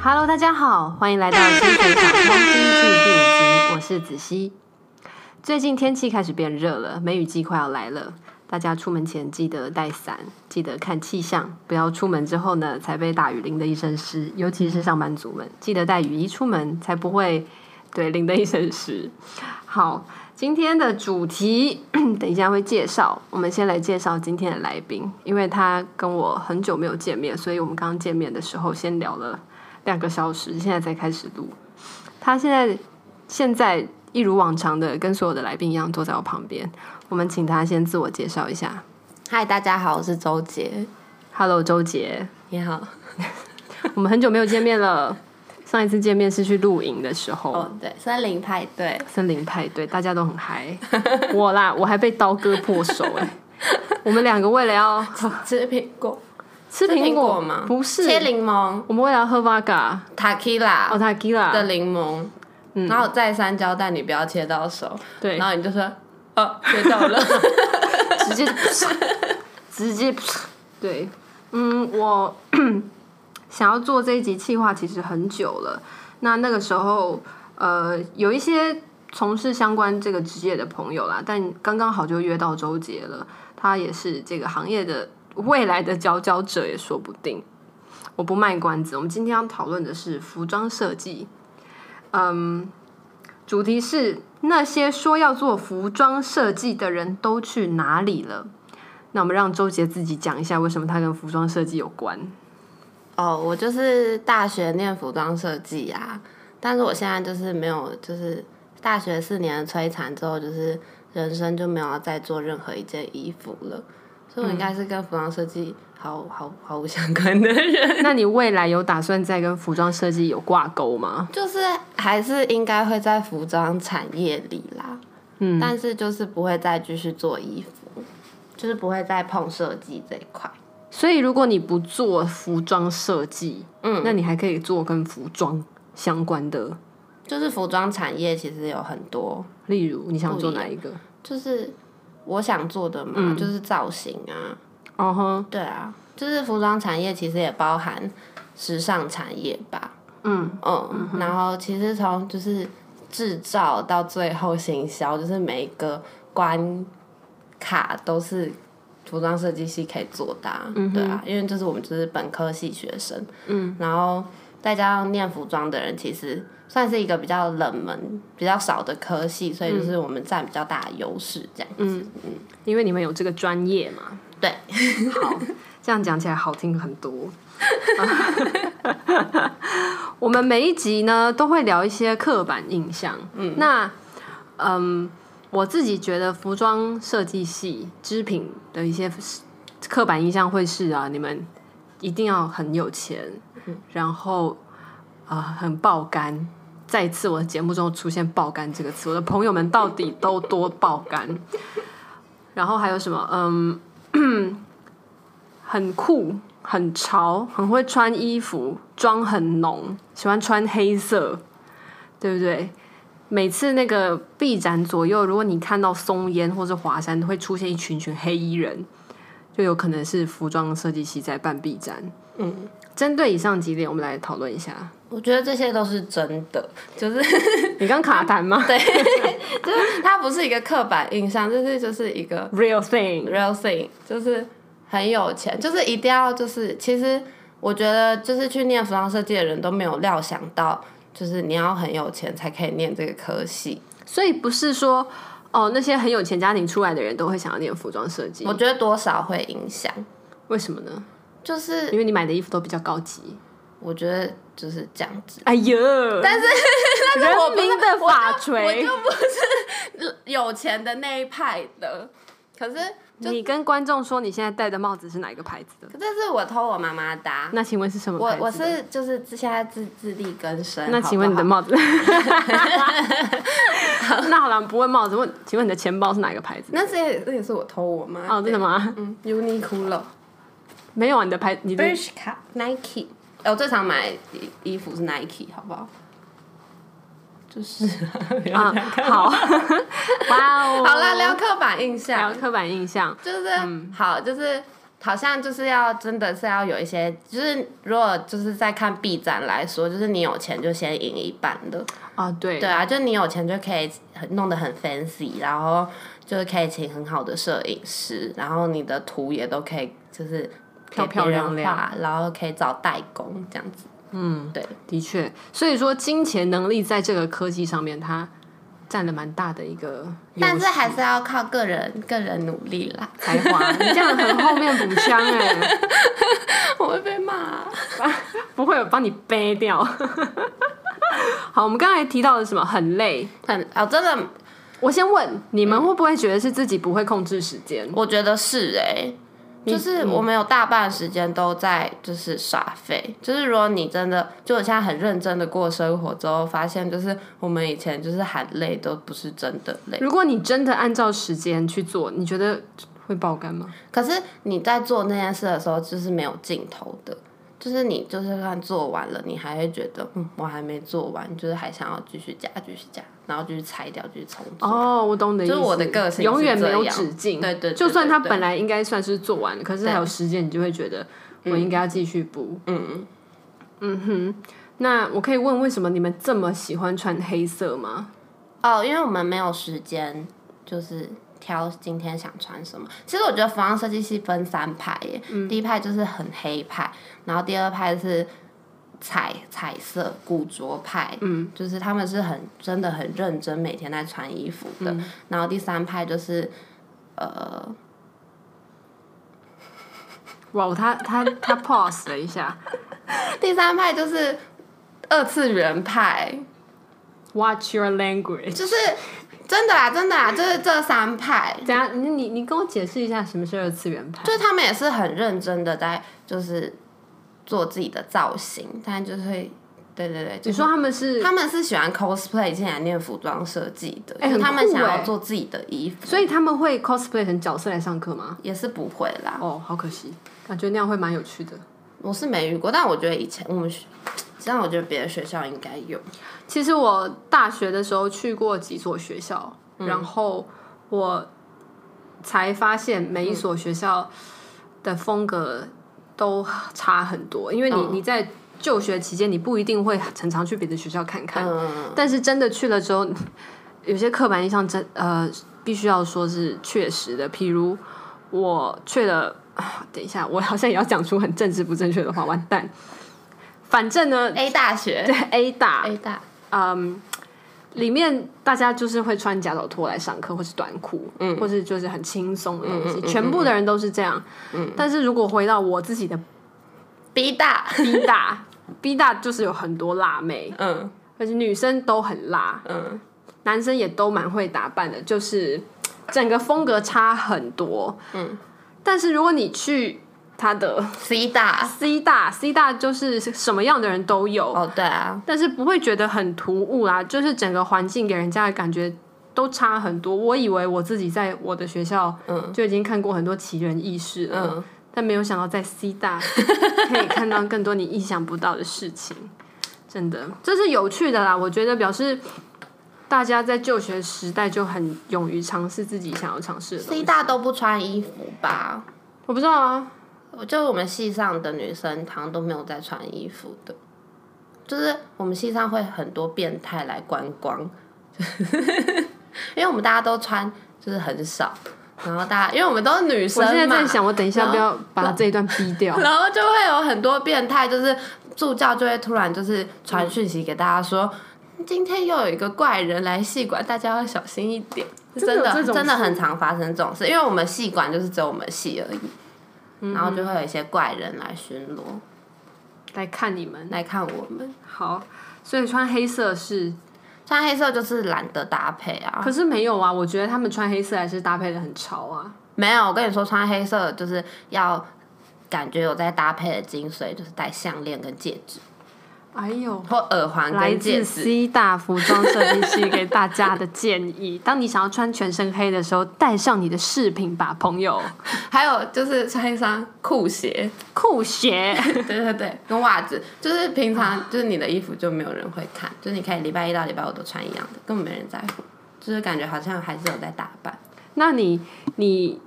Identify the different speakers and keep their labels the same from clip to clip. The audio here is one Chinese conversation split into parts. Speaker 1: Hello，大家好，欢迎来到《新水长通第一季》第五集，我是子熙。最近天气开始变热了，梅雨季快要来了，大家出门前记得带伞，记得看气象，不要出门之后呢才被大雨淋得一身湿，尤其是上班族们，记得带雨衣出门，才不会对淋得一身湿。 好，今天的主题嗯等一下会介绍，我们先来介绍今天的来宾，因为他跟我很久没有见面，所以我们刚刚见面的时候先聊了。两个小时，现在才开始录。他现在现在一如往常的跟所有的来宾一样坐在我旁边。我们请他先自我介绍一下。
Speaker 2: 嗨，大家好，我是周杰。
Speaker 1: Hello，周杰，
Speaker 2: 你好。
Speaker 1: 我们很久没有见面了。上一次见面是去露营的时候，
Speaker 2: 哦，对，森林派对，
Speaker 1: 森林派对，大家都很嗨。我啦，我还被刀割破手哎、我们两个为了要
Speaker 2: 吃苹果，
Speaker 1: 吃
Speaker 2: 是
Speaker 1: 苹
Speaker 2: 苹果吗？
Speaker 1: 不是
Speaker 2: 切啊柠檬
Speaker 1: 我们为了要喝 Vaga，
Speaker 2: 塔 q 拉
Speaker 1: 哦，他 g i a
Speaker 2: 的柠檬，然后再三交代你不要切到手，
Speaker 1: 对
Speaker 2: 然，后你就说哦，切到了，
Speaker 1: 直接直接对，嗯，我想要做这一集企划其实很久了。那那个时候，呃，有一些从事相关这个职业的朋友啦，但刚刚好就约到周杰了，他也是这个行业的未来的佼佼者也说不定。我不卖关子，我们今天要讨论的是服装设计，嗯，主题是那些说要做服装设计的人都去哪里了？那我们让周杰自己讲一下为什么他跟服装设计有关。
Speaker 2: 哦，我就是大学念服装设计啊，但是我现在就是没有，就是大学四年的摧残之后，就是人生就没有要再做任何一件衣服了，所以我应该是跟服装设计毫毫毫无相关的人，
Speaker 1: 那你未来有打算再跟服装设计有挂钩吗？
Speaker 2: 就是还是应该会在服装产业里啦，
Speaker 1: 嗯，
Speaker 2: 但是就是不会再继续做衣服，就是不会再碰设计这一块。
Speaker 1: 所以如果你不做服装设计，嗯，那你还可以做跟服装相关的，
Speaker 2: 就是服装产业其实有很多
Speaker 1: 例如你想做哪一个？
Speaker 2: 就是我想做的嘛，就是造型啊，
Speaker 1: 哦哼，
Speaker 2: 对啊，就是服装产业其实也包含时尚产业吧，
Speaker 1: 嗯
Speaker 2: 嗯，然后其实从就是制造到最后行销，就是每一个关卡都是服装设计系可以做的、啊，对啊，因为就是我们就是本科系学生，嗯，然后再加上念服装的人，其实算是一个比较冷门、比较少的科系，所以就是我们占比较大的优势，这样子，
Speaker 1: 因为你们有这个专业嘛。
Speaker 2: 对，
Speaker 1: 好，这样讲起来好听很多。 我们每一集呢都会聊一些刻板印象。嗯，那嗯，我自己觉得服装设计系织品的一些刻板印象会是啊，你们一定要很有钱，
Speaker 2: 嗯
Speaker 1: 然后啊、呃很爆肝。再一次，我的节目中出现“爆肝”这个词，我的朋友们到底都多爆肝？然后还有什么？嗯， 很酷、很潮、很会穿衣服、妆很浓，喜欢穿黑色，对不对？每次那个 B 展左右，如果你看到松烟或是华山，会出现一群群黑衣人，就有可能是服装设计系在办 B 展。
Speaker 2: 嗯，
Speaker 1: 针对以上几点，我们来讨论一下。
Speaker 2: 我觉得这些都是真的，就是。
Speaker 1: 你刚卡痰吗
Speaker 2: 对， 就是它不是一个刻板印象，就是就是一个
Speaker 1: ？Real thing，
Speaker 2: real thing，就是很有钱，就是一定要就是其实我觉得就是去念服装设计的人都没有料想到，就是你要很有钱才可以念这个科系。
Speaker 1: 所以不是说哦，那些很有钱家庭出来的人都会想要念服装设计
Speaker 2: 我，觉得多少会影响，
Speaker 1: 为什么呢？
Speaker 2: 就是
Speaker 1: 因为你买的衣服都比较高级。
Speaker 2: 我觉得就是这样子。
Speaker 1: 哎呀，但 是但是
Speaker 2: 我
Speaker 1: 人
Speaker 2: 不是
Speaker 1: 民的法
Speaker 2: 我
Speaker 1: 锤
Speaker 2: 就，不是有钱的那一派的，可是就
Speaker 1: 你跟观众说你现在戴的帽子是哪一个牌子的？
Speaker 2: 可是我偷我妈妈搭。
Speaker 1: 那请问是什么牌
Speaker 2: 我
Speaker 1: 子的？
Speaker 2: 我是就是自现在自自力更生。
Speaker 1: 那
Speaker 2: 好
Speaker 1: 请问你
Speaker 2: 不
Speaker 1: 的
Speaker 2: 好
Speaker 1: 帽子？ 那好了，不问帽子，问请问你的钱包是哪一个牌子？
Speaker 2: 那是那也是我偷我妈
Speaker 1: 哦，真的吗？
Speaker 2: 嗯，Uniqlo、
Speaker 1: 没有啊，你的牌，你的
Speaker 2: Bershka、Nike，哎我最常买衣衣服是 Nike，好不好？ 就是
Speaker 1: 啊， 好，哇哦，
Speaker 2: 好啦，聊刻板印象
Speaker 1: 聊，刻板印象，
Speaker 2: 就是、好，就是好像就是要真的是要有一些，就是如果就是在看 B 站来说，就是你有钱就先赢一半的，
Speaker 1: 啊，对
Speaker 2: 对啊，就你有钱就可以很弄得很 fancy，然后就是可以请很好的摄影师，然后你的图也都可以就是
Speaker 1: 漂漂亮亮
Speaker 2: 给别人画，然后可以找代工这样子。嗯，对，
Speaker 1: 的确，所以说金钱能力在这个科技上面，它占了蛮大的一个优势。
Speaker 2: 但是还是要靠个人个人努力啦。
Speaker 1: 才华，你这样很后面补枪哎，
Speaker 2: 我会被骂、
Speaker 1: 不会有帮你背掉。 好，我们刚才提到的什么很累，
Speaker 2: 很哦，真的，
Speaker 1: 我先问你们会不会觉得是自己不会控制时间？
Speaker 2: 我觉得是哎、就是我们有大半时间都在就是耍废，就是如果你真的就我现在很认真的过生活之后，发现就是我们以前就是喊累都不是真的累，
Speaker 1: 如果你真的按照时间去做，你觉得会爆肝吗？
Speaker 2: 可是你在做那件事的时候就是没有尽头的，就是你就是算做完了，你还会觉得嗯我还没做完，就是还想要继续加继续加，然后继续拆掉继续重做。
Speaker 1: 哦，我懂你的意思，
Speaker 2: 就是我的个性是
Speaker 1: 永远没有
Speaker 2: 这样
Speaker 1: 止境。
Speaker 2: 对对对
Speaker 1: 就算它
Speaker 2: 对对
Speaker 1: 本来应该算是做完了，可是还有时间，你就会觉得我应该要继续补。嗯嗯哼，那我可以问为什么你们这么喜欢穿黑色吗？
Speaker 2: 哦，因为我们没有时间，就是挑今天想穿什么。其实我觉得服装设计系分三派耶，第一派就是很黑派，然后第二派是彩彩色古着派，嗯，就是他们是很真的很认真，每天在穿衣服的。然后第三派就是呃，
Speaker 1: 哇，他他他 pause 了一下
Speaker 2: 第三派就是二次元派，
Speaker 1: ，Watch your language。
Speaker 2: 就是真的啦，真的啦，就是这三派。
Speaker 1: 等一下，你你你跟我解释一下什么是二次元派？
Speaker 2: 就是他们也是很认真的在就是做自己的造型，但就是会，对对对，就
Speaker 1: 你
Speaker 2: 是
Speaker 1: 说他们是，
Speaker 2: 他们是喜欢 cosplay 进来念服装设计的，
Speaker 1: 哎
Speaker 2: 就是他们
Speaker 1: 很酷
Speaker 2: 想要
Speaker 1: 哎
Speaker 2: 做自己的衣服，
Speaker 1: 所以他们会 cosplay 成角色来上课吗？
Speaker 2: 也是不会啦。
Speaker 1: 哦，好可惜，感觉那样会蛮有趣的。
Speaker 2: 我是没遇过，但我觉得以前我们学，这样我觉得别的学校应该有。
Speaker 1: 其实我大学的时候去过几所学校，然后我才发现每一所学校的风格都差很多，因为你、你在就学期间，你不一定会常常去别的学校看看，
Speaker 2: 嗯，
Speaker 1: 但是真的去了之后， 有些刻板印象真呃，必须要说是确实的。譬如我去了， 啊等一下，我好像也要讲出很政治不正确的话，完蛋。反正呢
Speaker 2: A 大学
Speaker 1: ，A 大
Speaker 2: ，A 大，
Speaker 1: 嗯，里面大家就是会穿夹脚拖来上课，或是短裤，嗯，或是就是很轻松的东西，全部的人都是这样。嗯，但是如果回到我自己的
Speaker 2: B 大，
Speaker 1: B 大，B 大就是有很多辣妹，
Speaker 2: 嗯
Speaker 1: 而且女生都很辣，
Speaker 2: 嗯，
Speaker 1: 男生也都蛮会打扮的，就是整个风格差很多。嗯，但是如果你去他的
Speaker 2: C 大，
Speaker 1: C 大，C 大就是什么样的人都有，
Speaker 2: 哦对啊，
Speaker 1: 但是不会觉得很突兀啦，就是整个环境给人家的感觉都差很多。我以为我自己在我的学校，嗯，就已经看过很多奇人异事了，
Speaker 2: 嗯
Speaker 1: 但没有想到在 C 大可以看到更多你意想不到的事情， 真的，这是有趣的啦。我觉得表示大家在就学时代就很勇于尝试自己想要尝试的东
Speaker 2: ，C
Speaker 1: 西。
Speaker 2: 大都不穿衣服吧？
Speaker 1: 我不知道啊，
Speaker 2: 我就我们系上的女生好像都没有在穿衣服的，就是我们系上会很多变态来观光， 因为我们大家都穿就是很少，然后大家因为我们都是女生
Speaker 1: 我
Speaker 2: 嘛，
Speaker 1: 现在在想，我等一下要不要把这一段逼掉。
Speaker 2: 然后就会有很多变态，就是助教就会突然就是传讯息给大家说，今天又有一个怪人来戏馆，大家要小心一点。真
Speaker 1: 真的有
Speaker 2: 的
Speaker 1: 这种
Speaker 2: 真的很常发生这种事，因为我们戏馆就是只有我们戏而已，然后就会有一些怪人来巡逻
Speaker 1: 来看你们，
Speaker 2: 来看我们。
Speaker 1: 好，所以穿黑色是
Speaker 2: 穿黑色就是懒得搭配啊，
Speaker 1: 可是没有啊，我觉得他们穿黑色还是搭配的很潮啊。
Speaker 2: 没有，我跟你说，穿黑色就是要感觉有在搭配的精髓，就是戴项链跟戒指
Speaker 1: 哎呦，
Speaker 2: 或耳环
Speaker 1: 来
Speaker 2: 跟戒
Speaker 1: 自
Speaker 2: 指。
Speaker 1: C 大服装设计师给大家的建议：当你想要穿全身黑的时候，带上你的饰品吧，朋友。
Speaker 2: 还有就是穿一双酷鞋，
Speaker 1: 酷鞋，
Speaker 2: 对对对，跟袜子，就是平常就是你的衣服就没有人会看，就是你可以礼拜一到礼拜五都穿一样的，根本没人在乎，就是感觉好像还是有在打扮。
Speaker 1: 那你你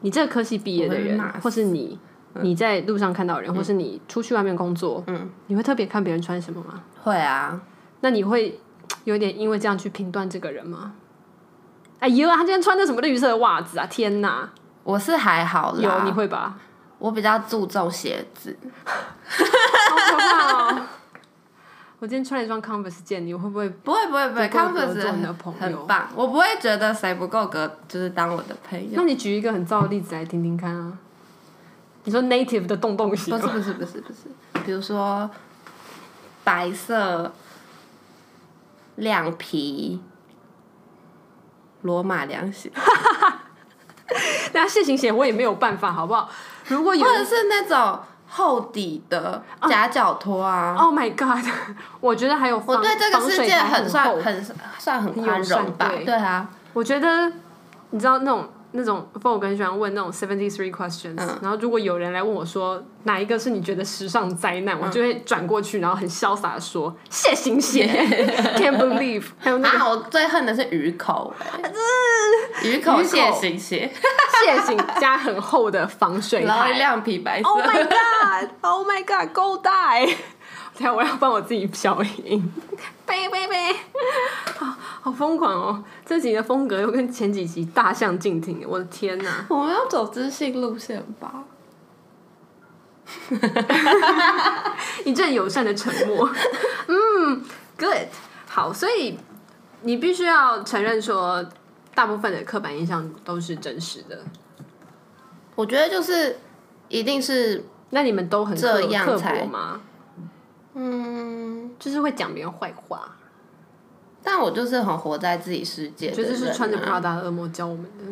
Speaker 1: 你这个科系毕业的
Speaker 2: 我会
Speaker 1: 人
Speaker 2: 骂，死嗯
Speaker 1: 或是你，你在路上看到人，或是你出去外面工作，嗯，你会特别看别人穿什么吗？
Speaker 2: 会啊，
Speaker 1: 那你会有点因为这样去评断这个人吗？哎呦，他今天穿的什么绿色的袜子啊！天哪，
Speaker 2: 我是还好啦，
Speaker 1: 有你会吧？
Speaker 2: 我比较注重鞋子，
Speaker 1: 好可怕哦！ 我今天穿了一双 Converse 见你，我会不会
Speaker 2: 不会不会不会
Speaker 1: 不够格
Speaker 2: ，Converse
Speaker 1: 做你的
Speaker 2: 很
Speaker 1: 朋友
Speaker 2: 很棒，我不会觉得谁不够格就是当我的朋友，
Speaker 1: 那你举一个很燥的例子来听听看啊！你说 native 的洞洞哦鞋
Speaker 2: 不
Speaker 1: 吗，
Speaker 2: 是不是不是不是，比如说白色亮皮罗马凉鞋，
Speaker 1: 那蟹形鞋我也没有办法，好不好？如果
Speaker 2: 或
Speaker 1: 有
Speaker 2: 者是那种厚底的
Speaker 1: 哦
Speaker 2: 夹脚拖啊。
Speaker 1: ，Oh my God，我 觉得还有
Speaker 2: 我
Speaker 1: 哦防
Speaker 2: 对这个世界
Speaker 1: 防水还很
Speaker 2: 很算
Speaker 1: 厚
Speaker 2: 很算很宽
Speaker 1: 友
Speaker 2: 容
Speaker 1: 善
Speaker 2: 吧，
Speaker 1: 对
Speaker 2: 对啊，
Speaker 1: 我觉得你知道那种那种 Vogue 很喜欢问那种 seventy three questions，、然
Speaker 2: 嗯
Speaker 1: 后如果有人来问我说哪一个是你觉得时尚灾难，我就
Speaker 2: 嗯
Speaker 1: 会转过去，然后很潇洒的说蟹形 鞋，Can't believe，还有那个嗯
Speaker 2: 啊，我最恨的是鱼口、欸，鱼口蟹型鞋，
Speaker 1: 蟹形加很厚的防水
Speaker 2: 然后
Speaker 1: 牌。
Speaker 2: 亮皮白色。
Speaker 1: Oh my god! Oh my god! Go die! 等一下我要帮我自己消音。呸呸呸！好好疯狂哦！这集的风格又跟前几集大相径庭，我的天哪！
Speaker 2: 我们要走知性路线吧？
Speaker 1: 一阵友善的沉默。 嗯，Good。好，所以你必须要承认说，大部分的刻板印象都是真实的。
Speaker 2: 我觉得就是一定是，
Speaker 1: 那你们都很刻
Speaker 2: 这样
Speaker 1: 刻
Speaker 2: 才
Speaker 1: 薄吗？
Speaker 2: 嗯，
Speaker 1: 就是会讲别人坏话，
Speaker 2: 但我就是很活在自己世界、啊
Speaker 1: 觉得是穿着。Prada 的恶魔教我们的。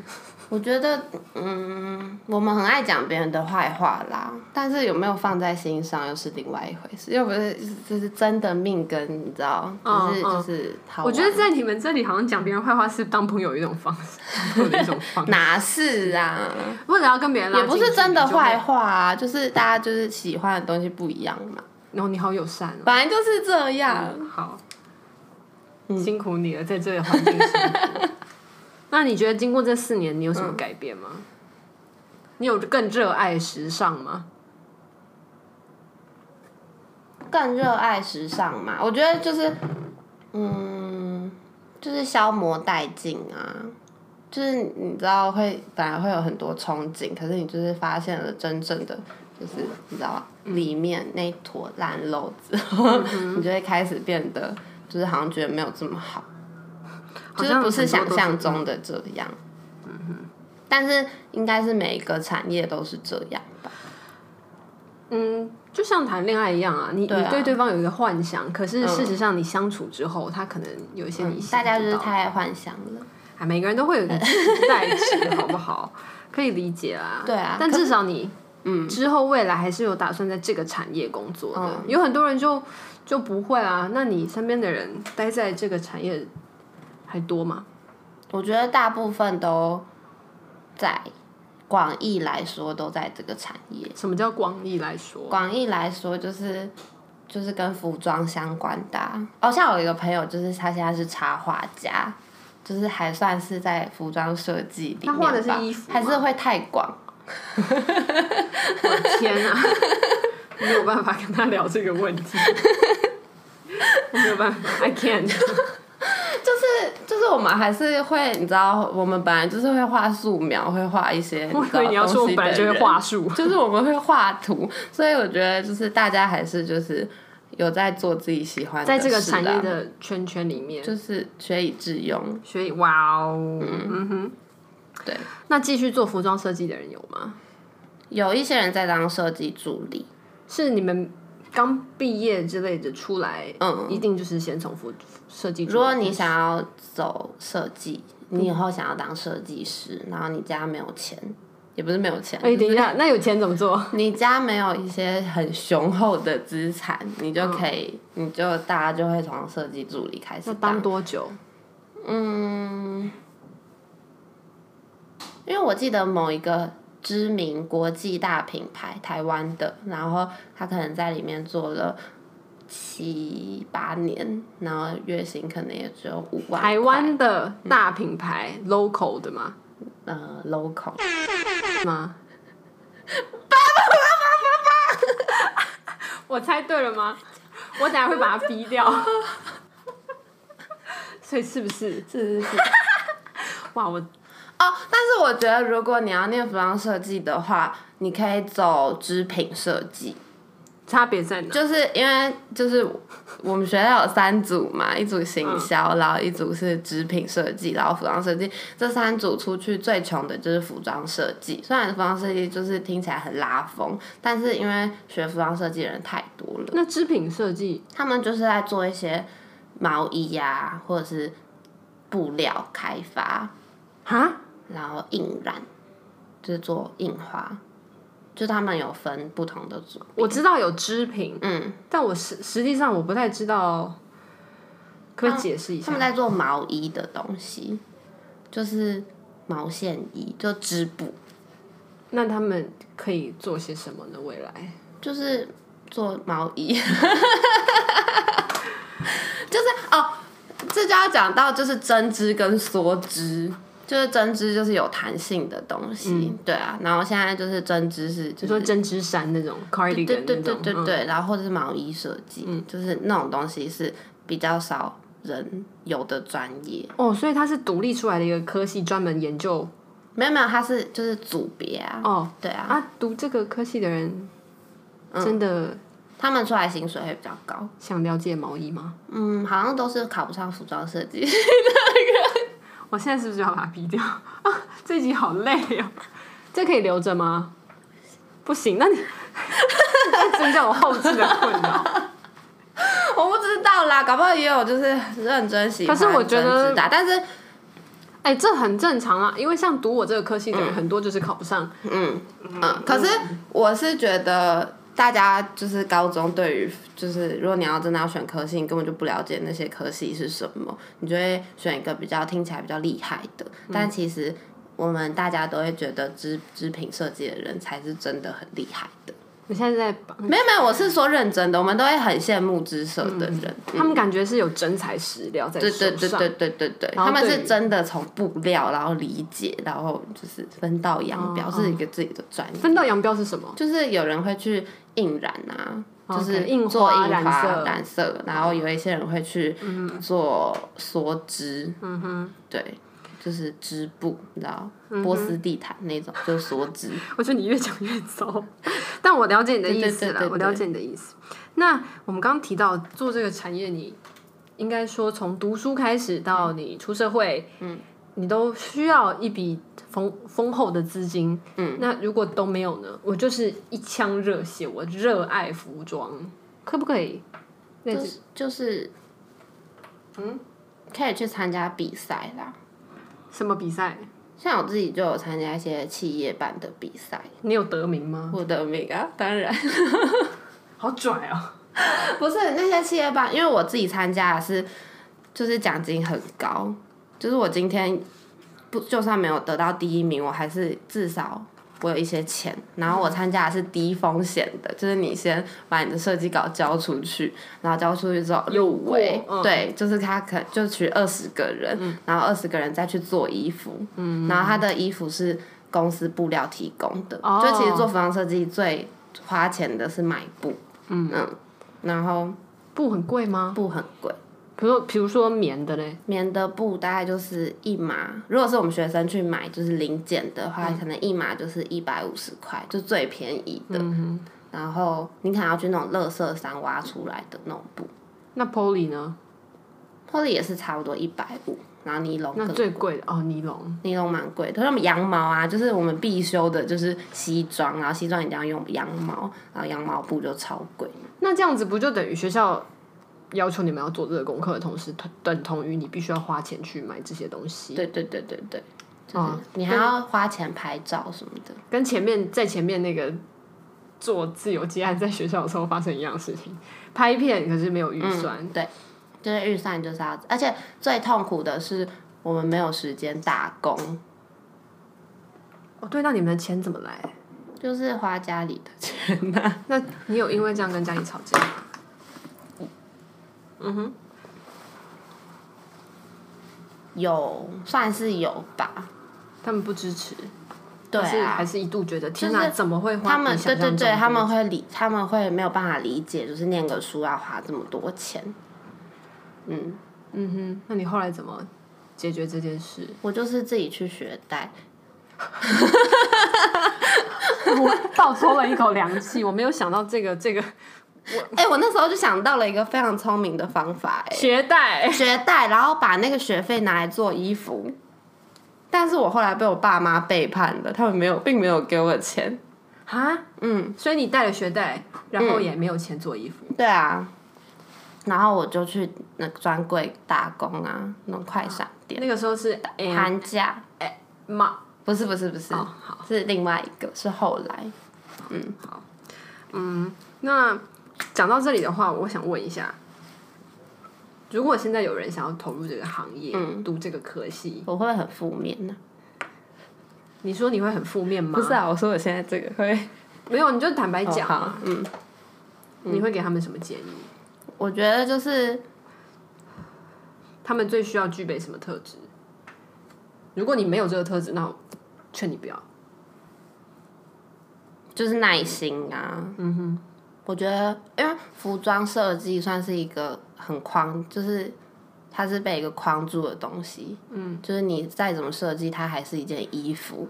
Speaker 2: 我觉得，嗯，我们很爱讲别人的坏话啦，但是有没有放在心上又是另外一回事，又不是就是真的命根，你知道，
Speaker 1: 嗯
Speaker 2: 就是、
Speaker 1: 嗯
Speaker 2: 就是好
Speaker 1: 我
Speaker 2: 玩。
Speaker 1: 觉得在你们这里，好像讲别人坏话是当朋友的一种方式， 当朋友的一种方式。
Speaker 2: 哪 是啊？
Speaker 1: 为了要跟别人拉
Speaker 2: 也不是
Speaker 1: 近距
Speaker 2: 真的
Speaker 1: 离就会
Speaker 2: 坏，话啊，就是大家就是喜欢的东西不一样嘛，
Speaker 1: 然后你好友善哦。
Speaker 2: 本来就是这样。
Speaker 1: 好，辛苦你了，在这个环境 辛苦那你觉得经过这四年，你有什么改变
Speaker 2: 嗯
Speaker 1: 吗？你有更热爱时尚吗？
Speaker 2: 更热爱时尚嘛，我觉得就是，嗯，就是消磨殆尽啊，就是你知道会本来会有很多憧憬，可是你就是发现了真正的。就是你知道吧，里面那一坨烂肉之后，
Speaker 1: 嗯
Speaker 2: 你就会开始变得，就是好像觉得没有这么好。
Speaker 1: 好
Speaker 2: 就是
Speaker 1: 像
Speaker 2: 不是
Speaker 1: 很
Speaker 2: 想
Speaker 1: 多都
Speaker 2: 象中的这样。
Speaker 1: 嗯
Speaker 2: 但是应该是每一个产业都是这样吧？
Speaker 1: 嗯，就像谈恋爱一样啊，你
Speaker 2: 对啊嗯
Speaker 1: 你对对方有一个幻想，可是事实上你相处之后，他可能有一些你
Speaker 2: 大家
Speaker 1: 想
Speaker 2: 就是
Speaker 1: 不到的
Speaker 2: 太幻想了。
Speaker 1: 啊，每个人都会有一个期待值，好不 好？可以理解啦。
Speaker 2: 对啊
Speaker 1: 但至少你，嗯，之后未来还是有打算在这个产业工作的。
Speaker 2: 嗯
Speaker 1: 有很多人就就不会啊。那你身边的人待在这个产业还多吗？
Speaker 2: 我觉得大部分都在广义来说都在这个产业。
Speaker 1: 什么叫广义来说？
Speaker 2: 广义来说就是就是跟服装相关的啊、哦，像我有一个朋友，就是他现在是插画家，就是还算是在服装设计里面吧，
Speaker 1: 他画的是衣服吗
Speaker 2: 还是会太广。
Speaker 1: 我的天 啊，没有办法跟他聊这个问题。我没有办法，I can't。
Speaker 2: 就是就是我们还是会，你知道，我们本来就是会画素描，会画一些。
Speaker 1: 我以为你要说我本来就会画，树，
Speaker 2: 就是我们会画图，所以我觉得就是大家还是就是有在做自己喜欢的、
Speaker 1: 在这个产业，的圈圈里面，
Speaker 2: 就是学以致用。
Speaker 1: 所以哇哦，嗯哼。
Speaker 2: 对，
Speaker 1: 那继续做服装设计的人有吗？
Speaker 2: 有一些人在当设计助理，
Speaker 1: 是你们刚毕业之类的出来，
Speaker 2: 嗯
Speaker 1: 一定就是先从服设计出来。
Speaker 2: 如果你想要走设计，你以后想要当设计师，然后你家没有钱，也不是没有钱，
Speaker 1: 哎、等一下，那有钱怎么做？
Speaker 2: 你家没有一些很雄厚的资产，你
Speaker 1: 嗯
Speaker 2: 就可以，你就大家就会从设计助理开始
Speaker 1: 那当多久？
Speaker 2: 嗯，因为我记得某一个知名国际大品牌，台湾的，然后他可能在里面做了七八年，然后月薪可能也只有五万块。
Speaker 1: 台湾的大品牌、local 的吗？
Speaker 2: 呃 local，
Speaker 1: 吗？我猜对了吗？我等下会把它逼 掉。所以是不是？
Speaker 2: 是是是。
Speaker 1: 哇，我
Speaker 2: 哦，但是我觉得如果你要念服装设计的话，你可以走织品设计，
Speaker 1: 差别在哪？
Speaker 2: 就是因为就是我们学校有三组嘛，一组行销，然后一组是织品设计，然后服装设计，这三组出去最穷的就是服装设计。虽然服装设计就是听起来很拉风，但是因为学服装设计的人太多了，
Speaker 1: 那织品设计
Speaker 2: 他们就是在做一些毛衣呀、或者是布料开发，
Speaker 1: 哈，
Speaker 2: 然后印染，就是做印花，就他们有分不同的组。
Speaker 1: 我知道有织品，
Speaker 2: 嗯，
Speaker 1: 但我实实际上我不太知道，可不可以解释一
Speaker 2: 他
Speaker 1: 下？
Speaker 2: 们在做毛衣的东西，就是毛线衣，就织布，
Speaker 1: 那他们可以做些什么呢？未来
Speaker 2: 就是做毛衣， 就是哦，这就要讲到就是针织跟梭织。就是针织就是有弹性的东西，
Speaker 1: 嗯
Speaker 2: 对啊，然后现在就是针织是就
Speaker 1: 你
Speaker 2: 是
Speaker 1: 说针织衫那种 cardigan
Speaker 2: 对对
Speaker 1: 那
Speaker 2: 对
Speaker 1: 种，
Speaker 2: 对
Speaker 1: 嗯
Speaker 2: 对，然后或者是毛衣设计，就是那种东西是比较少人有的专业。
Speaker 1: 哦，所以它是独立出来的一个科系，专门研究
Speaker 2: 没有没有，它是就是组别啊，
Speaker 1: 哦
Speaker 2: 对啊，嗯
Speaker 1: 啊，读这个科系的人真的
Speaker 2: 他们出来薪水会比较高。
Speaker 1: 想了解毛衣吗？
Speaker 2: 嗯，好像都是考不上服装设计，
Speaker 1: 我现在是不是要把它逼掉啊？这集好累哦，这可以留着吗？不行，那你 这增加我后置的困扰。
Speaker 2: 我不知道啦，搞不好也有就是认真喜欢
Speaker 1: 可是我觉得
Speaker 2: 针织的啊但是
Speaker 1: 哎、这很正常啊，因为像读我这个科系的人，很多就是考不上。
Speaker 2: 嗯嗯，可是我是觉得。大家就是高中对于就是如果你要真的要选科系，你根本就不了解那些科系是什么，你就会选一个比较听起来比较厉害的。但其实我们大家都会觉得织织品设计的人才是真的很厉害的。
Speaker 1: 我现在在帮
Speaker 2: 没有没有，我是说认真的，我们都会很羡慕织社的人。
Speaker 1: 他们，感觉是有真材实料在手
Speaker 2: 嗯对
Speaker 1: 上。
Speaker 2: 对对对对对对，
Speaker 1: 然后
Speaker 2: 他们
Speaker 1: 对
Speaker 2: 是真的从布料，然后理解，然后就是分道扬镳，
Speaker 1: 哦
Speaker 2: 是一个自己的专业。
Speaker 1: 分道扬镳是什么？
Speaker 2: 就是有人会去印染啊，
Speaker 1: 哦
Speaker 2: 就
Speaker 1: OK，
Speaker 2: 是
Speaker 1: 印花
Speaker 2: 做印
Speaker 1: 染色
Speaker 2: 染色，然后有一些人会去做梭织，嗯哼，对，就是织布，你知道，
Speaker 1: 嗯
Speaker 2: 波斯地毯那种，就是梭织。
Speaker 1: 我觉得你越讲越糟，但我了解你的意思
Speaker 2: 对对对
Speaker 1: 了，
Speaker 2: 对对
Speaker 1: 我了解你的意思。那我们刚刚提到做这个产业，你应该说从读书开始到你出社会，嗯，你都需要一笔丰丰厚的资金，嗯，那如果都没有呢？我就是一腔热血，我热爱服装，可不可以？那
Speaker 2: 就是就是，嗯，可以去参加比赛啦。
Speaker 1: 什么比赛？
Speaker 2: 像我自己就有参加一些企业办的比赛，
Speaker 1: 你有得名吗？
Speaker 2: 我的名啊，当然
Speaker 1: 好拽哦！
Speaker 2: 不是那些企业办，因为我自己参加的是，就是奖金很高，就是我今天不就算没有得到第一名，我还是至少我有一些钱。然后我参加的是低风险的，就是你先把你的设计稿交出去，然后交出去之后
Speaker 1: 有
Speaker 2: 入围，
Speaker 1: 过嗯
Speaker 2: 对，就是他可就取二十个人，然后二十个人再去做衣服，
Speaker 1: 嗯
Speaker 2: 然后他的衣服是公司布料提供的，
Speaker 1: 哦
Speaker 2: 就其实做服装设计最花钱的是买布，嗯然后
Speaker 1: 布很贵吗？
Speaker 2: 布很贵。
Speaker 1: 比如说，比如说棉的嘞，
Speaker 2: 棉的布大概就是一码，如果是我们学生去买，就是零检的话，可能一码就是一百五十块，就最便宜的。
Speaker 1: 嗯
Speaker 2: 然后你可能要去那种乐色山挖出来的那种布，
Speaker 1: 那 Polly 呢？
Speaker 2: 或者也是差不多一百五。然后尼龙
Speaker 1: 那
Speaker 2: 更
Speaker 1: 最贵的哦，尼龙。
Speaker 2: 尼龙蛮贵的，像羊毛啊，就是我们必修的就是西装，然后西装一定要用羊毛，然后羊毛布就超贵。
Speaker 1: 那这样子不就等于学校要求你们要做这个功课的同时，等等同于你必须要花钱去买这些东西？
Speaker 2: 对对对对对，就是
Speaker 1: 哦
Speaker 2: 你还要花钱拍照什么的。
Speaker 1: 跟前面在前面那个做自由接案在学校的时候发生一样的事情，拍片可是没有预算，
Speaker 2: 嗯对，就是预算就是要，而且最痛苦的是我们没有时间打工，
Speaker 1: 哦，对，那你们的钱怎么来？
Speaker 2: 就是花家里的钱呐、
Speaker 1: 那你有因为这样跟家里吵架吗？
Speaker 2: 有算是有吧。
Speaker 1: 他们不支持，
Speaker 2: 对
Speaker 1: 还是
Speaker 2: 啊
Speaker 1: 还是一度觉得天
Speaker 2: 就
Speaker 1: 哪，
Speaker 2: 是
Speaker 1: 怎么会花
Speaker 2: 他们
Speaker 1: 比
Speaker 2: 对
Speaker 1: 想
Speaker 2: 对
Speaker 1: 象
Speaker 2: 对，
Speaker 1: 中
Speaker 2: 他们
Speaker 1: 多
Speaker 2: 会理，他们会没有办法理解，就是念个书要花这么多钱。嗯，
Speaker 1: 嗯哼，那你后来怎么解决这件 事？
Speaker 2: 我就是自己去学贷，
Speaker 1: 我倒抽了一口凉气，我没有想到这个这个
Speaker 2: 哎、我那时候就想到了一个非常聪明的方法、哎，
Speaker 1: 学贷，
Speaker 2: 学贷，然后把那个学费拿来做衣服。但是我后来被我爸妈背叛了，他们没有，并没有给我钱。
Speaker 1: 啊，
Speaker 2: 嗯，
Speaker 1: 所以你带了学贷，然后也没有钱做衣服，
Speaker 2: 对啊，然后我就去那个专柜打工啊，那种快闪店，
Speaker 1: 那个时候是哎
Speaker 2: 寒假。
Speaker 1: 妈，
Speaker 2: 不是不是不是，
Speaker 1: 哦好
Speaker 2: 是另外一个，是后来。
Speaker 1: 嗯那讲到这里的话，我想问一下，如果现在有人想要投入这个行业，
Speaker 2: 嗯
Speaker 1: 读这个科系，
Speaker 2: 我会很负面呢、
Speaker 1: 你说你会很负面吗？
Speaker 2: 不是，啊，我说我现在这个会
Speaker 1: 没有，你就坦白讲
Speaker 2: 好
Speaker 1: 啊，
Speaker 2: 嗯，
Speaker 1: 你会给他们什么建议？
Speaker 2: 我觉得就是
Speaker 1: 他们最需要具备什么特质？如果你没有这个特质，那我劝你不要。
Speaker 2: 就是耐心啊，嗯哼，我觉得因为服装设计算是一个很框，就是它是被一个框住的东西，嗯，就是你再怎么设计，它还是一件衣服。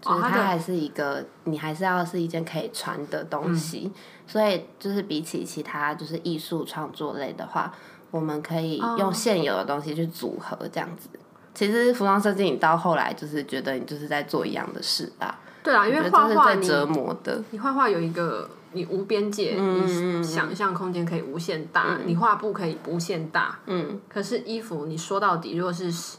Speaker 2: 就
Speaker 1: 哦
Speaker 2: 是
Speaker 1: 它的
Speaker 2: 它还是一个，你还是要是一件可以穿的
Speaker 1: 嗯
Speaker 2: 东西，所以就是比起其他就是艺术创作类的话，我们可以
Speaker 1: 哦
Speaker 2: 用现有的东西去组合这样子。其实服装设计，你到后来就是觉得你就是在做一样的事啊，
Speaker 1: 对啊，因为
Speaker 2: 我觉
Speaker 1: 画
Speaker 2: 得
Speaker 1: 画
Speaker 2: 这
Speaker 1: 你
Speaker 2: 是最折磨的。
Speaker 1: 你画画有一个你无边界，
Speaker 2: 嗯
Speaker 1: 你想象空间可以无限大，你画布可以无限大。嗯，可是衣服你说到底，如果是时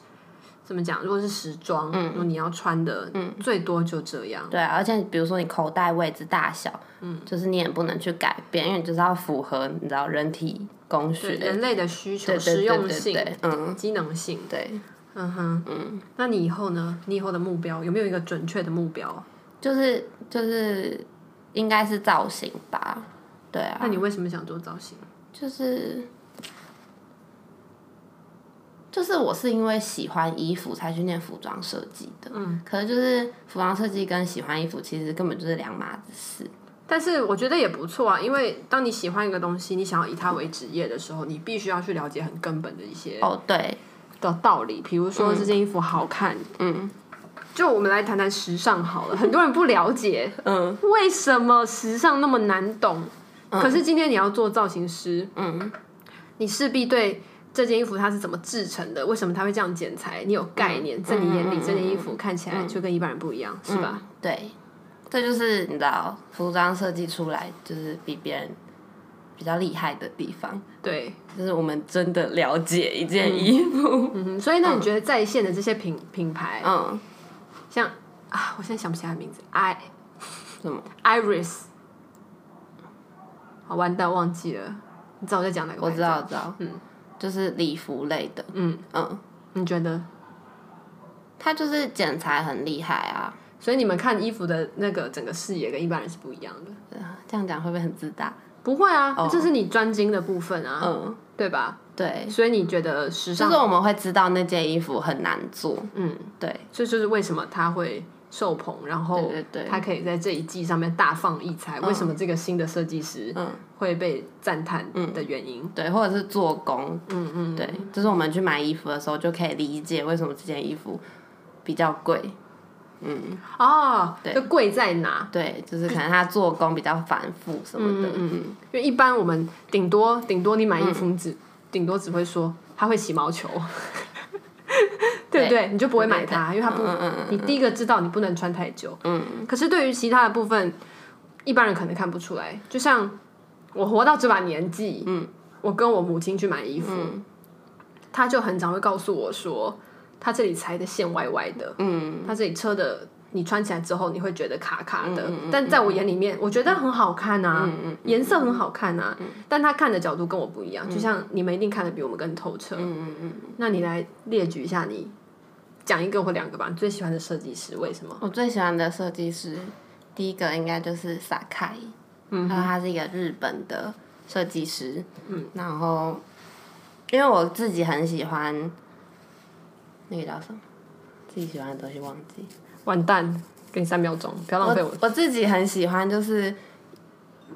Speaker 1: 怎么讲？如果是时装，
Speaker 2: 嗯
Speaker 1: 如果你要穿的，最多就这样。
Speaker 2: 对啊，而且比如说你口袋位置大小，嗯，就是你也不能去改变，因为你就是要符合你知道人体工学
Speaker 1: 对
Speaker 2: 的
Speaker 1: 人类的需求、
Speaker 2: 对对
Speaker 1: 实
Speaker 2: 对
Speaker 1: 用
Speaker 2: 对
Speaker 1: 性、
Speaker 2: 对嗯，
Speaker 1: 机能性。
Speaker 2: 对，
Speaker 1: 嗯哼，嗯，那你以后呢？你以后的目标有没有一个准确的目标？
Speaker 2: 就是就是应该是造型吧，对啊，
Speaker 1: 那你为什么想做造型？
Speaker 2: 就是就是我是因为喜欢衣服才去念服装设计的，嗯，可是就是服装设计跟喜欢衣服其实根本就是两码子事，
Speaker 1: 但是我觉得也不错啊，因为当你喜欢一个东西，你想要以它为职业的时候，你必须要去了解很根本的一些
Speaker 2: 哦，对，
Speaker 1: 的道理，比如说这件衣服好看，嗯，就我们来谈谈时尚好了。很多人不了解
Speaker 2: 嗯
Speaker 1: 为什么时尚那么难懂，可是今天你要做造型师，
Speaker 2: 嗯，
Speaker 1: 你势必对这件衣服它是怎么制成的，为什么它会这样剪裁，你有概
Speaker 2: 嗯
Speaker 1: 念，在你眼里这件衣服看起来就跟一般人不一样，是吧？
Speaker 2: 对，这就是你知道，服装设计出来就是比别人比较厉害的地方，
Speaker 1: 对，
Speaker 2: 就是我们真的了解一件衣 服。嗯
Speaker 1: 嗯，所以那你觉得在线的这些品品牌，
Speaker 2: 嗯，
Speaker 1: 像啊，我现在想不起来名字，I
Speaker 2: 什么？
Speaker 1: Iris，好完蛋，忘记了，你知道我在讲哪个？
Speaker 2: 我知道，我，知道，嗯，就是礼服类的，
Speaker 1: 嗯，
Speaker 2: 嗯，
Speaker 1: 你觉得？
Speaker 2: 它就是剪裁很厉害啊。
Speaker 1: 所以你们看衣服的那个整个视野跟一般人是不一样的。
Speaker 2: 对啊这样讲会不会很自大？
Speaker 1: 不会啊，这是你专精的部分啊，
Speaker 2: 哦嗯，
Speaker 1: 对吧？
Speaker 2: 对，
Speaker 1: 所以你觉得时
Speaker 2: 就
Speaker 1: 尚，
Speaker 2: 是我们会知道那件衣服很难做，
Speaker 1: 嗯，
Speaker 2: 对，
Speaker 1: 这就是为什么它会受捧，然后
Speaker 2: 对对对
Speaker 1: 它可以在这一季上面大放异彩。为什么这个新的设计师
Speaker 2: 嗯
Speaker 1: 会被赞叹的原因？
Speaker 2: 对，或者是做工，
Speaker 1: 嗯嗯，
Speaker 2: 对，就是我们去买衣服的时候就可以理解为什么这件衣服比较贵，
Speaker 1: 哦，就贵在哪？
Speaker 2: 对，就是可能他做工比较繁复什么的。嗯嗯
Speaker 1: 因为一般我们顶多顶多你买衣服，你只顶多只会说它会起毛球， 对不对？你就不会买它，因为它
Speaker 2: 嗯
Speaker 1: 不，你第一个知道你不能穿太久。嗯。可是对于其他的部分，一般人可能看不出来。就像我活到这把年纪，嗯，我跟我母亲去买衣服，她就很常会告诉我说，她这里裁的线歪歪的，嗯，她这里车的。你穿起来之后，你会觉得卡卡的，但在我眼里面，我觉得很好看啊，颜色很好看啊，但他看的角度跟我不一样，就像你们一定看的比我们更透彻。
Speaker 2: 嗯嗯
Speaker 1: 那你来列举一下你，讲一个或两个吧，你最喜欢的设计师为什么？
Speaker 2: 我最喜欢的设计师，第一个应该就是萨凯，嗯，然后他是一个日本的设计师，嗯，然后因为我自己很喜欢那个叫什么，自己喜欢的东西忘记，
Speaker 1: 完蛋，给你三秒钟，不要浪费我。
Speaker 2: 我自己很喜欢就是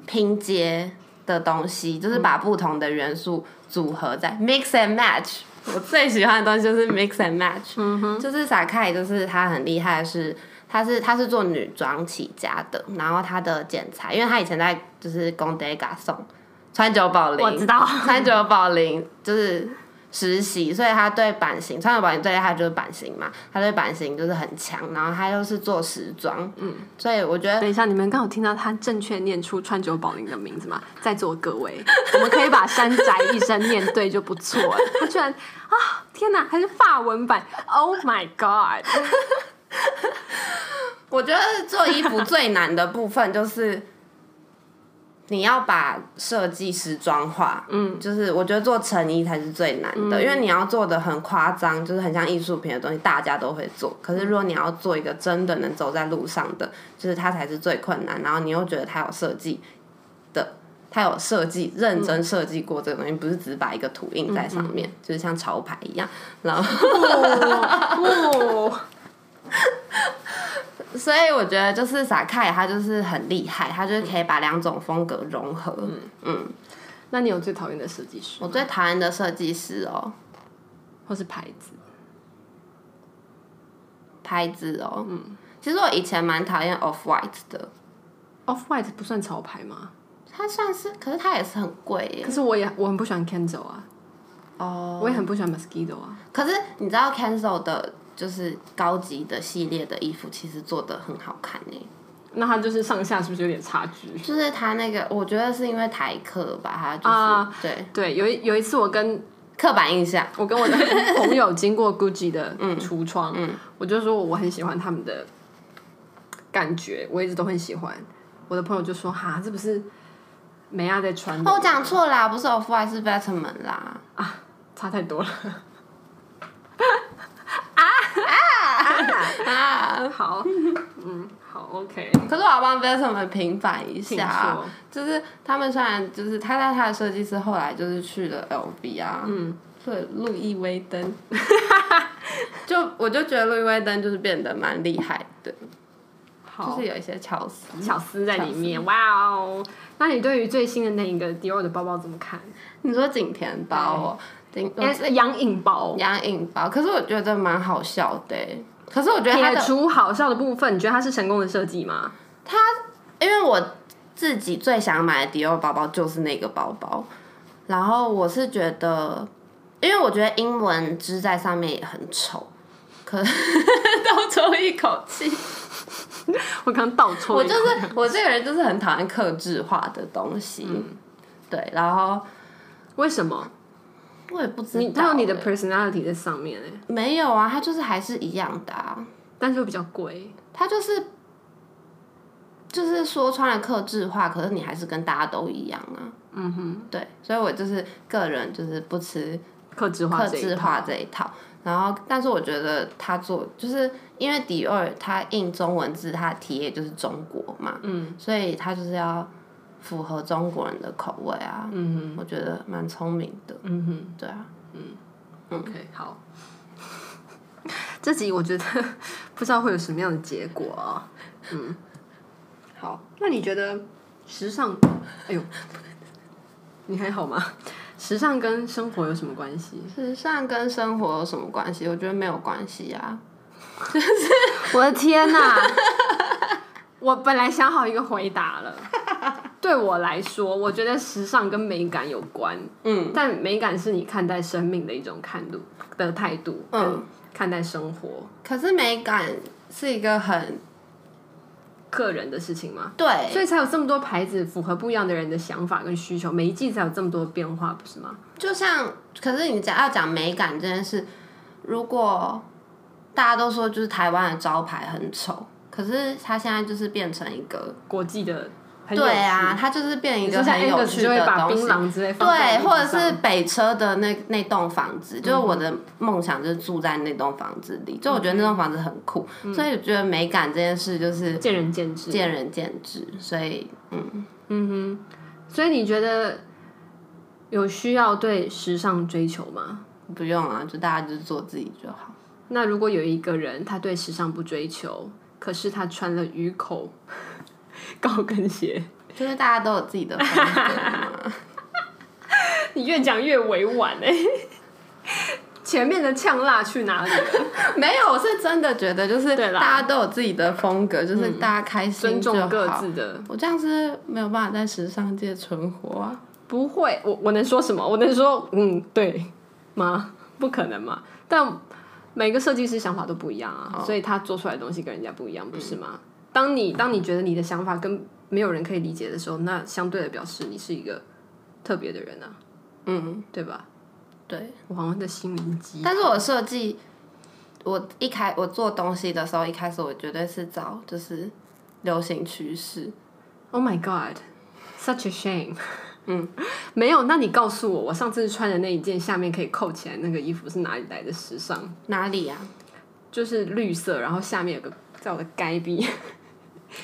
Speaker 2: 拼接的东西，就是
Speaker 1: 嗯
Speaker 2: 把不同的元素组合在、mix and match。我 最喜欢的东西就是 mix and match。就是
Speaker 1: 嗯
Speaker 2: 撒开，就是他很厉害的是。他是他是做女装起家的，然后他的剪裁，因为他以前在就是工 d e g a 送川久保玲，
Speaker 1: 我知 道
Speaker 2: 川久保玲就是实习，所以他对版型，川久保玲最厉害就是版型嘛，他对版型就是很强，然后他又是做时装，嗯，所以我觉得
Speaker 1: 等一下，你们刚好听到他正确念出川久保玲的名字吗？在座各位， 我们可以把山宅一生念对就不错了。他居然啊，天哪，还是法文版！Oh my god！
Speaker 2: 我觉得做衣服最难的部分就是，你要把设计时装化。嗯，就是我觉得做成衣才是最难的，因为你要做的很夸张，就是很像艺术品的东西，大家都会做。可是如果你要做一个真的能走在路上的，就是它才是最困难。然后你又觉得它有设计的，它有设计认真设计过这个东西，不是只把一个图印在上面，就是像潮牌一样。然后。
Speaker 1: 哦，
Speaker 2: 所以我觉得就是萨卡他就是很厉害，他就是可以把两种风格融合。
Speaker 1: 那你有最讨厌的设计师
Speaker 2: 我最讨厌的设计师哦，
Speaker 1: 或是牌子？
Speaker 2: 拍子哦，其实我以前蛮讨厌 Off White 的，
Speaker 1: Off White 不算潮牌吗？
Speaker 2: 它算是，可是它也是很贵耶。
Speaker 1: 可是我也我很不喜欢 Kenzo 啊，
Speaker 2: 哦，
Speaker 1: 我也很不喜欢 Mosquito 啊。
Speaker 2: 可是你知道 Cancel 的，就是高级的系列的衣服，其实做的很好看耶。
Speaker 1: 那它就是上下是不是有点差距？
Speaker 2: 就是它那个，我觉得是因为台客吧，它就是、
Speaker 1: 啊
Speaker 2: 对
Speaker 1: 对，有一有一次我跟
Speaker 2: 刻板印象。
Speaker 1: 我跟我的朋友经 过 GUCCI 的橱窗，
Speaker 2: 嗯
Speaker 1: 我就说我很喜欢他们的感觉，我一直都很喜欢。我的朋友就说：“哈，这不是美亚在穿的，
Speaker 2: 哦，我讲错啦，不是 Off White 是 Batman 啦。
Speaker 1: 差太 多了。
Speaker 2: 啊”
Speaker 1: 好，嗯，好，OK，
Speaker 2: 可是我要帮 Batman 平反一
Speaker 1: 请
Speaker 2: 下啊
Speaker 1: 说，。
Speaker 2: 就是他们虽然就是他在他的设计师后来就是去了 LV 啊，嗯，对，路易威登， 就我就觉得路易威登就是变得蛮厉害的，就
Speaker 1: 好
Speaker 2: 是，有一些巧思。
Speaker 1: 巧思在里面，哇哦！那你对于最新的那一个 Dior 的包包怎么看？
Speaker 2: 你说景甜包哦，景
Speaker 1: 应该是羊影包，
Speaker 2: 杨颖包，可是我觉得蛮好笑的欸，可是我觉得他
Speaker 1: 撇
Speaker 2: 的
Speaker 1: 除好笑的部分，你觉得它是成功的设计吗？
Speaker 2: 因为我自己最想买的迪奥包包就是那个包包，然后我是觉得，因为我觉得英文字在上面也很丑，可 倒抽一口气，
Speaker 1: 我刚倒抽
Speaker 2: 我
Speaker 1: 一
Speaker 2: 就
Speaker 1: 口，
Speaker 2: 是我这个人就是很讨厌克制化的东西，
Speaker 1: 嗯
Speaker 2: 对，然后
Speaker 1: 为什么？
Speaker 2: 我也不知道欸、
Speaker 1: 你它有你的 personality 在上面哎、
Speaker 2: 没有啊？它就是还是一样的、啊，
Speaker 1: 但是又比较贵。
Speaker 2: 它就是。就是说穿了克制化，可是你还是跟大家都一样啊。
Speaker 1: 嗯哼，
Speaker 2: 对，所以我就是个人就是不吃
Speaker 1: 克制化
Speaker 2: 克
Speaker 1: 这一
Speaker 2: 制
Speaker 1: 套
Speaker 2: 化这一套。然后，但是我觉得他做，就是因为迪奥他印中文字，他的题也就是中国嘛，嗯，所以他就是要符合中国人的口味啊，嗯，我觉得蛮聪明的，
Speaker 1: 嗯哼
Speaker 2: 对啊，
Speaker 1: ，OK，好。 这集我觉得 不知道会有什么样的结果啊。嗯，好，那你觉得时尚？哎呦，你还好吗？时尚跟生活有什么关系？
Speaker 2: 时尚跟生活有什么关系？我觉得没有关系啊，
Speaker 1: 我的天呐！我本来想好一个回答了。对我来说，我觉得时尚跟美感有关，
Speaker 2: 嗯，
Speaker 1: 但美感是你看待生命的一种看度的态度，嗯，看待生活
Speaker 2: 可是美感是一个很
Speaker 1: 个人的事情嘛，
Speaker 2: 对，
Speaker 1: 所以才有这么多牌子符合不一样的人的想法跟需求，每一季才有这么多变化，不是吗？
Speaker 2: 就像，可是你讲要讲美感这件事，如果大家都说就是台湾的招牌很丑，可是它现在就是变成一个，
Speaker 1: 国际的很有
Speaker 2: 对
Speaker 1: 趣，
Speaker 2: 啊，它就是变一
Speaker 1: 你
Speaker 2: 个
Speaker 1: 说像
Speaker 2: 很有
Speaker 1: Angus
Speaker 2: 趣
Speaker 1: 就会
Speaker 2: 的
Speaker 1: 把
Speaker 2: 东
Speaker 1: 槟
Speaker 2: 西。
Speaker 1: 榔之类放在
Speaker 2: 对，
Speaker 1: 椅
Speaker 2: 或者
Speaker 1: 子上嗯
Speaker 2: 是北车的那那栋房子，就是我的梦想就是住在那栋房子里，就我觉得那栋房子很酷，
Speaker 1: 嗯
Speaker 2: 所以我觉得美感这件事就是
Speaker 1: 见仁见智，
Speaker 2: 见仁见智，所以嗯，
Speaker 1: 所以你觉得有需要对时尚追求吗？
Speaker 2: 不用啊，就大家就做自己就好。
Speaker 1: 那如果有一个人他对时尚不追求，可是他穿了鱼口 高跟鞋。
Speaker 2: 就是大家都有自己的风格嘛。
Speaker 1: 你越讲越委婉哎、 前面的呛辣去哪里了？
Speaker 2: 没有，我是真的觉得就是
Speaker 1: 对啦嗯
Speaker 2: 大家都有自己的风格，就是大家开
Speaker 1: 尊
Speaker 2: 心就
Speaker 1: 重
Speaker 2: 好。
Speaker 1: 各自的，
Speaker 2: 我这样是没有办法在时尚界存活啊。
Speaker 1: 不会，我我能说什么？我能说嗯对吗？不可能嘛！但每个设计师想法都不一样啊，所以他做出来的东西跟人家不一样，不是吗？当你当你觉得你的想法跟没有人可以理解的时候，那相对的表示你是一个特别的人啊，
Speaker 2: 嗯，
Speaker 1: 对吧？
Speaker 2: 对。
Speaker 1: 我好像在心灵鸡
Speaker 2: 但是我设计，我一开我做东西的时候，一开始我绝对是找就是流行趋势。
Speaker 1: Oh my god, such a shame. 嗯，没有。那你告诉我，我上次穿的那一件下面可以扣起来那个衣服是哪里来的时尚？
Speaker 2: 哪里啊？
Speaker 1: 就是绿色，然后下面有个在我的该逼，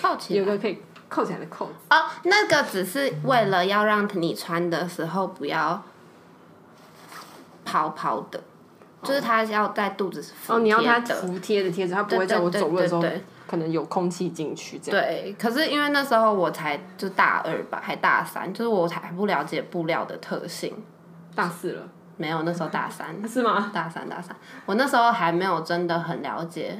Speaker 2: 靠起
Speaker 1: 有个可以扣起来的扣子。
Speaker 2: 哦，那个只是为了要让你穿的时候不要泡泡的，就是它要在肚子是服
Speaker 1: 哦，你要
Speaker 2: 帖
Speaker 1: 它
Speaker 2: 的
Speaker 1: 服帖的贴着，它不
Speaker 2: 对
Speaker 1: 会在
Speaker 2: 对
Speaker 1: 我
Speaker 2: 对
Speaker 1: 走路的
Speaker 2: 对
Speaker 1: 时候
Speaker 2: 对
Speaker 1: 可能有空气进去这样。
Speaker 2: 对，可是因为那时候我才就大二吧，还大三，就是我还不了解布料的特性，
Speaker 1: 大四了，
Speaker 2: 没有那时候 大三，
Speaker 1: 是吗？
Speaker 2: 大三大三，我那时候还没有真的很了解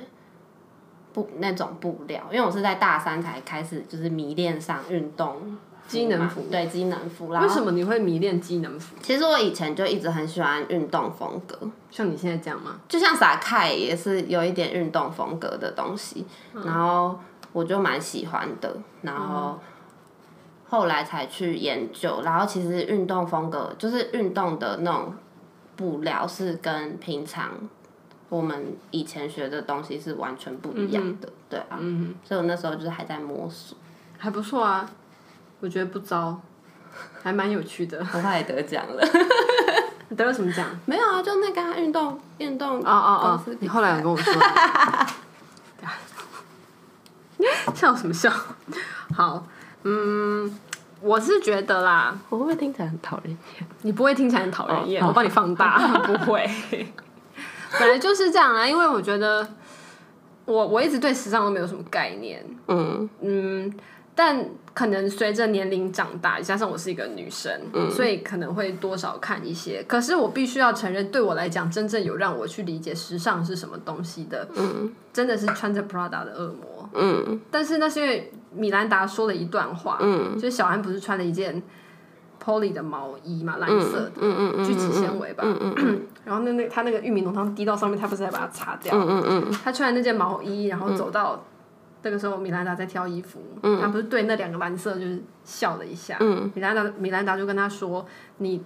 Speaker 2: 布那种布料，因为我是在大三才开始就是迷恋上运动
Speaker 1: 机能
Speaker 2: 服嘛，对机能服啦。
Speaker 1: 为什么你会迷恋机能服？
Speaker 2: 其实我以前就一直很喜欢运动风格，
Speaker 1: 像你现在这样吗？
Speaker 2: 就像撒凯也是有一点运动风格的东西，然后我就蛮喜欢的，然后后来才去研究，然后其实运动风格就是运动的那种布料是跟平常我们以前学的东西是完全不一样的，对啊，所以我那时候就是还在摸索，
Speaker 1: 还不错啊，我觉得不糟，还蛮有趣的。
Speaker 2: 我后来得 奖了，
Speaker 1: 你 得了什么奖？
Speaker 2: 没有啊，就那个啊、运动运动
Speaker 1: 哦哦
Speaker 2: 公司
Speaker 1: 哦！
Speaker 2: 比
Speaker 1: 你后来有跟我说，笑什么笑？好，嗯，我是觉得啦，
Speaker 2: 我会不会听起来很讨人厌？
Speaker 1: 你不会听起来很讨人厌，
Speaker 2: 哦哦
Speaker 1: 我帮你放大， 不会。 本来就是这样啊，因为我觉得我我一直对时尚都没有什么概念，
Speaker 2: 嗯，
Speaker 1: 嗯，但可能随着年龄长大，加上我是一个女生，
Speaker 2: 嗯
Speaker 1: 所以可能会多少看一些。可是我必须要承认，对我来讲，真正有让我去理解时尚是什么东西的，真的是穿着 Prada 的恶魔。
Speaker 2: 嗯，
Speaker 1: 但是那是因为米兰达说了一段话，就是小安不是穿了一件 Polly 的毛衣嘛，蓝色的，
Speaker 2: 嗯
Speaker 1: 聚酯纤维吧， 然后那那他那个玉米浓汤滴到上面，他不是还把它擦掉？
Speaker 2: 嗯嗯
Speaker 1: 他穿的那件毛衣，然后走到那个时候，米兰达在挑衣服，
Speaker 2: 嗯
Speaker 1: 他不是对那两个蓝色就是笑了一下，米兰达米兰达就跟他说：“你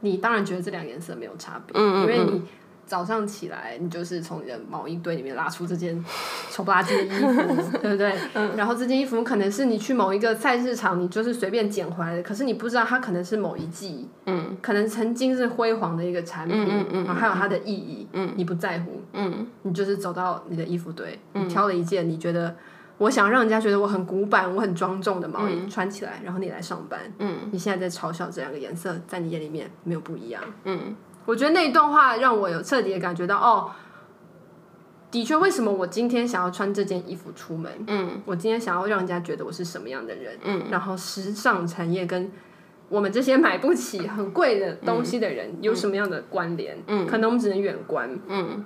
Speaker 1: 你当然觉得这两个颜色没有差
Speaker 2: 嗯
Speaker 1: 别，因为你。”早上起来，你就是从你的毛衣堆里面拉出这件丑不拉几的衣 服，对不对？然后这件衣服可能是你去某一个菜市场，你就是随便捡回来的，可是你不知道它可能是某一季，嗯，可能曾经是辉煌的一个产品，然后还有它的意义，嗯，你不在乎，你就是走到你的衣服堆，你挑了一件你觉得我想让人家觉得我很古板、我很庄重的毛衣、穿起来，然后你来上班，嗯，你现在在嘲笑这两个颜色在你眼里面没有不一样，
Speaker 2: 嗯，
Speaker 1: 我觉得那一段话让我有彻底的感觉到，哦，的确，为什么我今天想要穿这件衣服出门？嗯，我今天想要让人家觉得我是什么样的人？嗯，然后时尚产业跟我们这些买不起很贵的东西的人有什么样的关联？嗯，可能我们只能远观，
Speaker 2: 嗯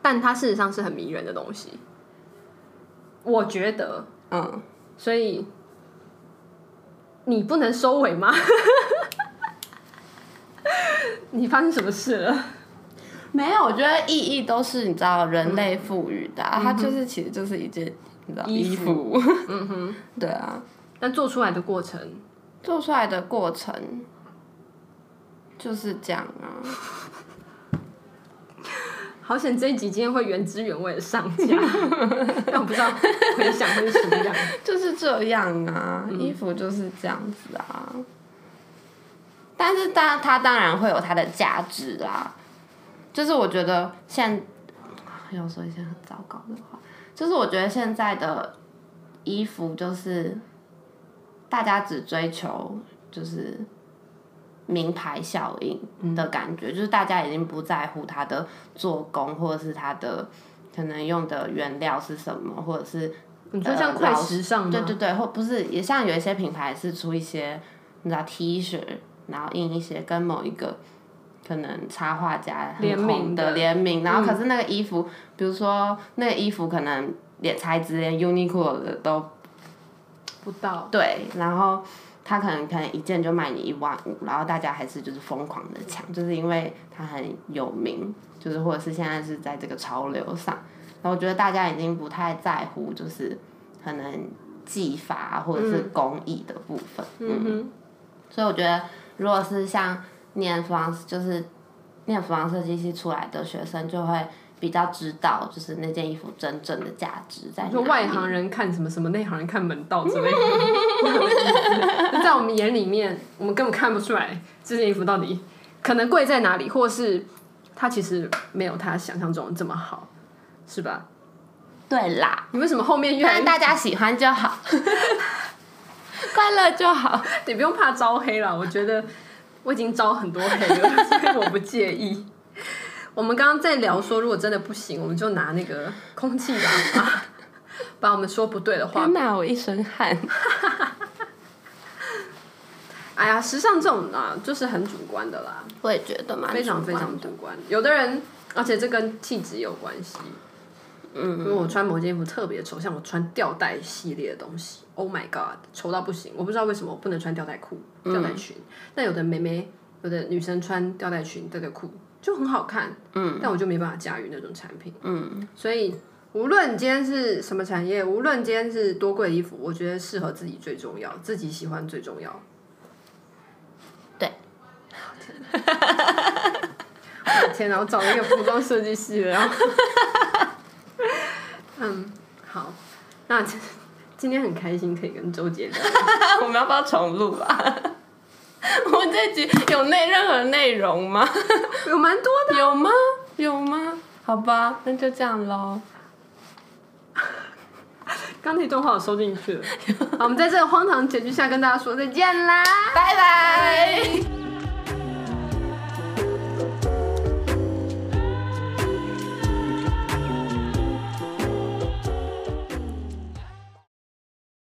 Speaker 1: 但它事实上是很迷人的东西，我觉得。
Speaker 2: 嗯，
Speaker 1: 所以你不能收尾吗？ 你发生什么事了？
Speaker 2: 没有，我觉得意义都是你知道人类赋予的、啊，它就是其实就是一件你知道
Speaker 1: 嗯衣
Speaker 2: 衣
Speaker 1: 服
Speaker 2: 服， 嗯哼，对啊，
Speaker 1: 那做出来的过程，
Speaker 2: 做出来的过程就是这样啊，
Speaker 1: 好险这一集今天会原汁原味的上架， 但我不知道回想会是什么样。
Speaker 2: 就是这样啊，衣服就是这样子啊，但是当它当然会有它的价值啦，就是我觉得现要说一些很糟糕的话，就是我觉得现在的衣服就是大家只追求就是名牌效应的感觉，就是大家已经不在乎它的做工或者是它的可能用的原料是什么，或者是
Speaker 1: 你说像快时尚吗？
Speaker 2: 对对对，或不是也像有一些品牌是出一些你知道 T 恤，然后印一些跟某一个可能插画家很
Speaker 1: 联名
Speaker 2: 红
Speaker 1: 的嗯
Speaker 2: 的联名，然后可是那个衣服，比如说那个衣服可能连材质连 Uniqlo 的都
Speaker 1: 不到，
Speaker 2: 对，然后他可能可能一件就卖你一万五，然后大家还是就是疯狂的抢，就是因为他很有名，就是或者是现在是在这个潮流上，然后我觉得大家已经不太在乎就是可能技法或者是工艺的部分，
Speaker 1: 嗯哼，
Speaker 2: 所以我觉得如果是像念服装就是念服装设计系出来的学生就会。比较知道就是那件衣服真正的价值在哪
Speaker 1: 就
Speaker 2: 里。
Speaker 1: 外行人看什么什么，内行人看门道之 类的，就在我们眼里面，我们根本看不出来这件衣服到底可能贵在哪里，或是它其实没有他想象中的这么好，是吧？
Speaker 2: 对啦，
Speaker 1: 你为什么后面越来
Speaker 2: 但
Speaker 1: 越
Speaker 2: 大家喜欢就 好，快乐就好。
Speaker 1: 你不用怕招黑啦，我觉得我已经招很多黑了，所以我不介意。我们刚刚在聊说，如果真的不行，我们就拿那个空气喇叭 把我们说不对的话。
Speaker 2: 哪，我一身汗。
Speaker 1: 哎呀，时尚这种啊，就是很主观的啦，
Speaker 2: 我也觉得蛮
Speaker 1: 非常非常主观。有的人，而且这跟气质有关系。嗯，因为我穿某件衣服特别丑，像我穿吊带系列的东西，Oh my god，丑到不行！我不知道为什么我不能穿吊带裤、吊带裙。但有的妹妹、有的女生穿吊带裙、吊带裤就很好看，嗯，但我就没办法驾驭那种产品，嗯，所以。无论今天是什么产业，无论今天是多贵的衣服，我觉得适合自己最重要，自己喜欢最重要。我的天哪！我找了一个服装设计系的，然后， 嗯，好，那今今天很开心可以跟周杰聊，
Speaker 2: 我们要不要重录啊？ 我这集有内任何内容吗？
Speaker 1: 有蛮多的，
Speaker 2: 有吗？有吗？好吧，那就这样喽。
Speaker 1: 刚那段话我收进去了。好，我们在这个荒唐结局下跟大家说再见啦。
Speaker 2: 拜拜。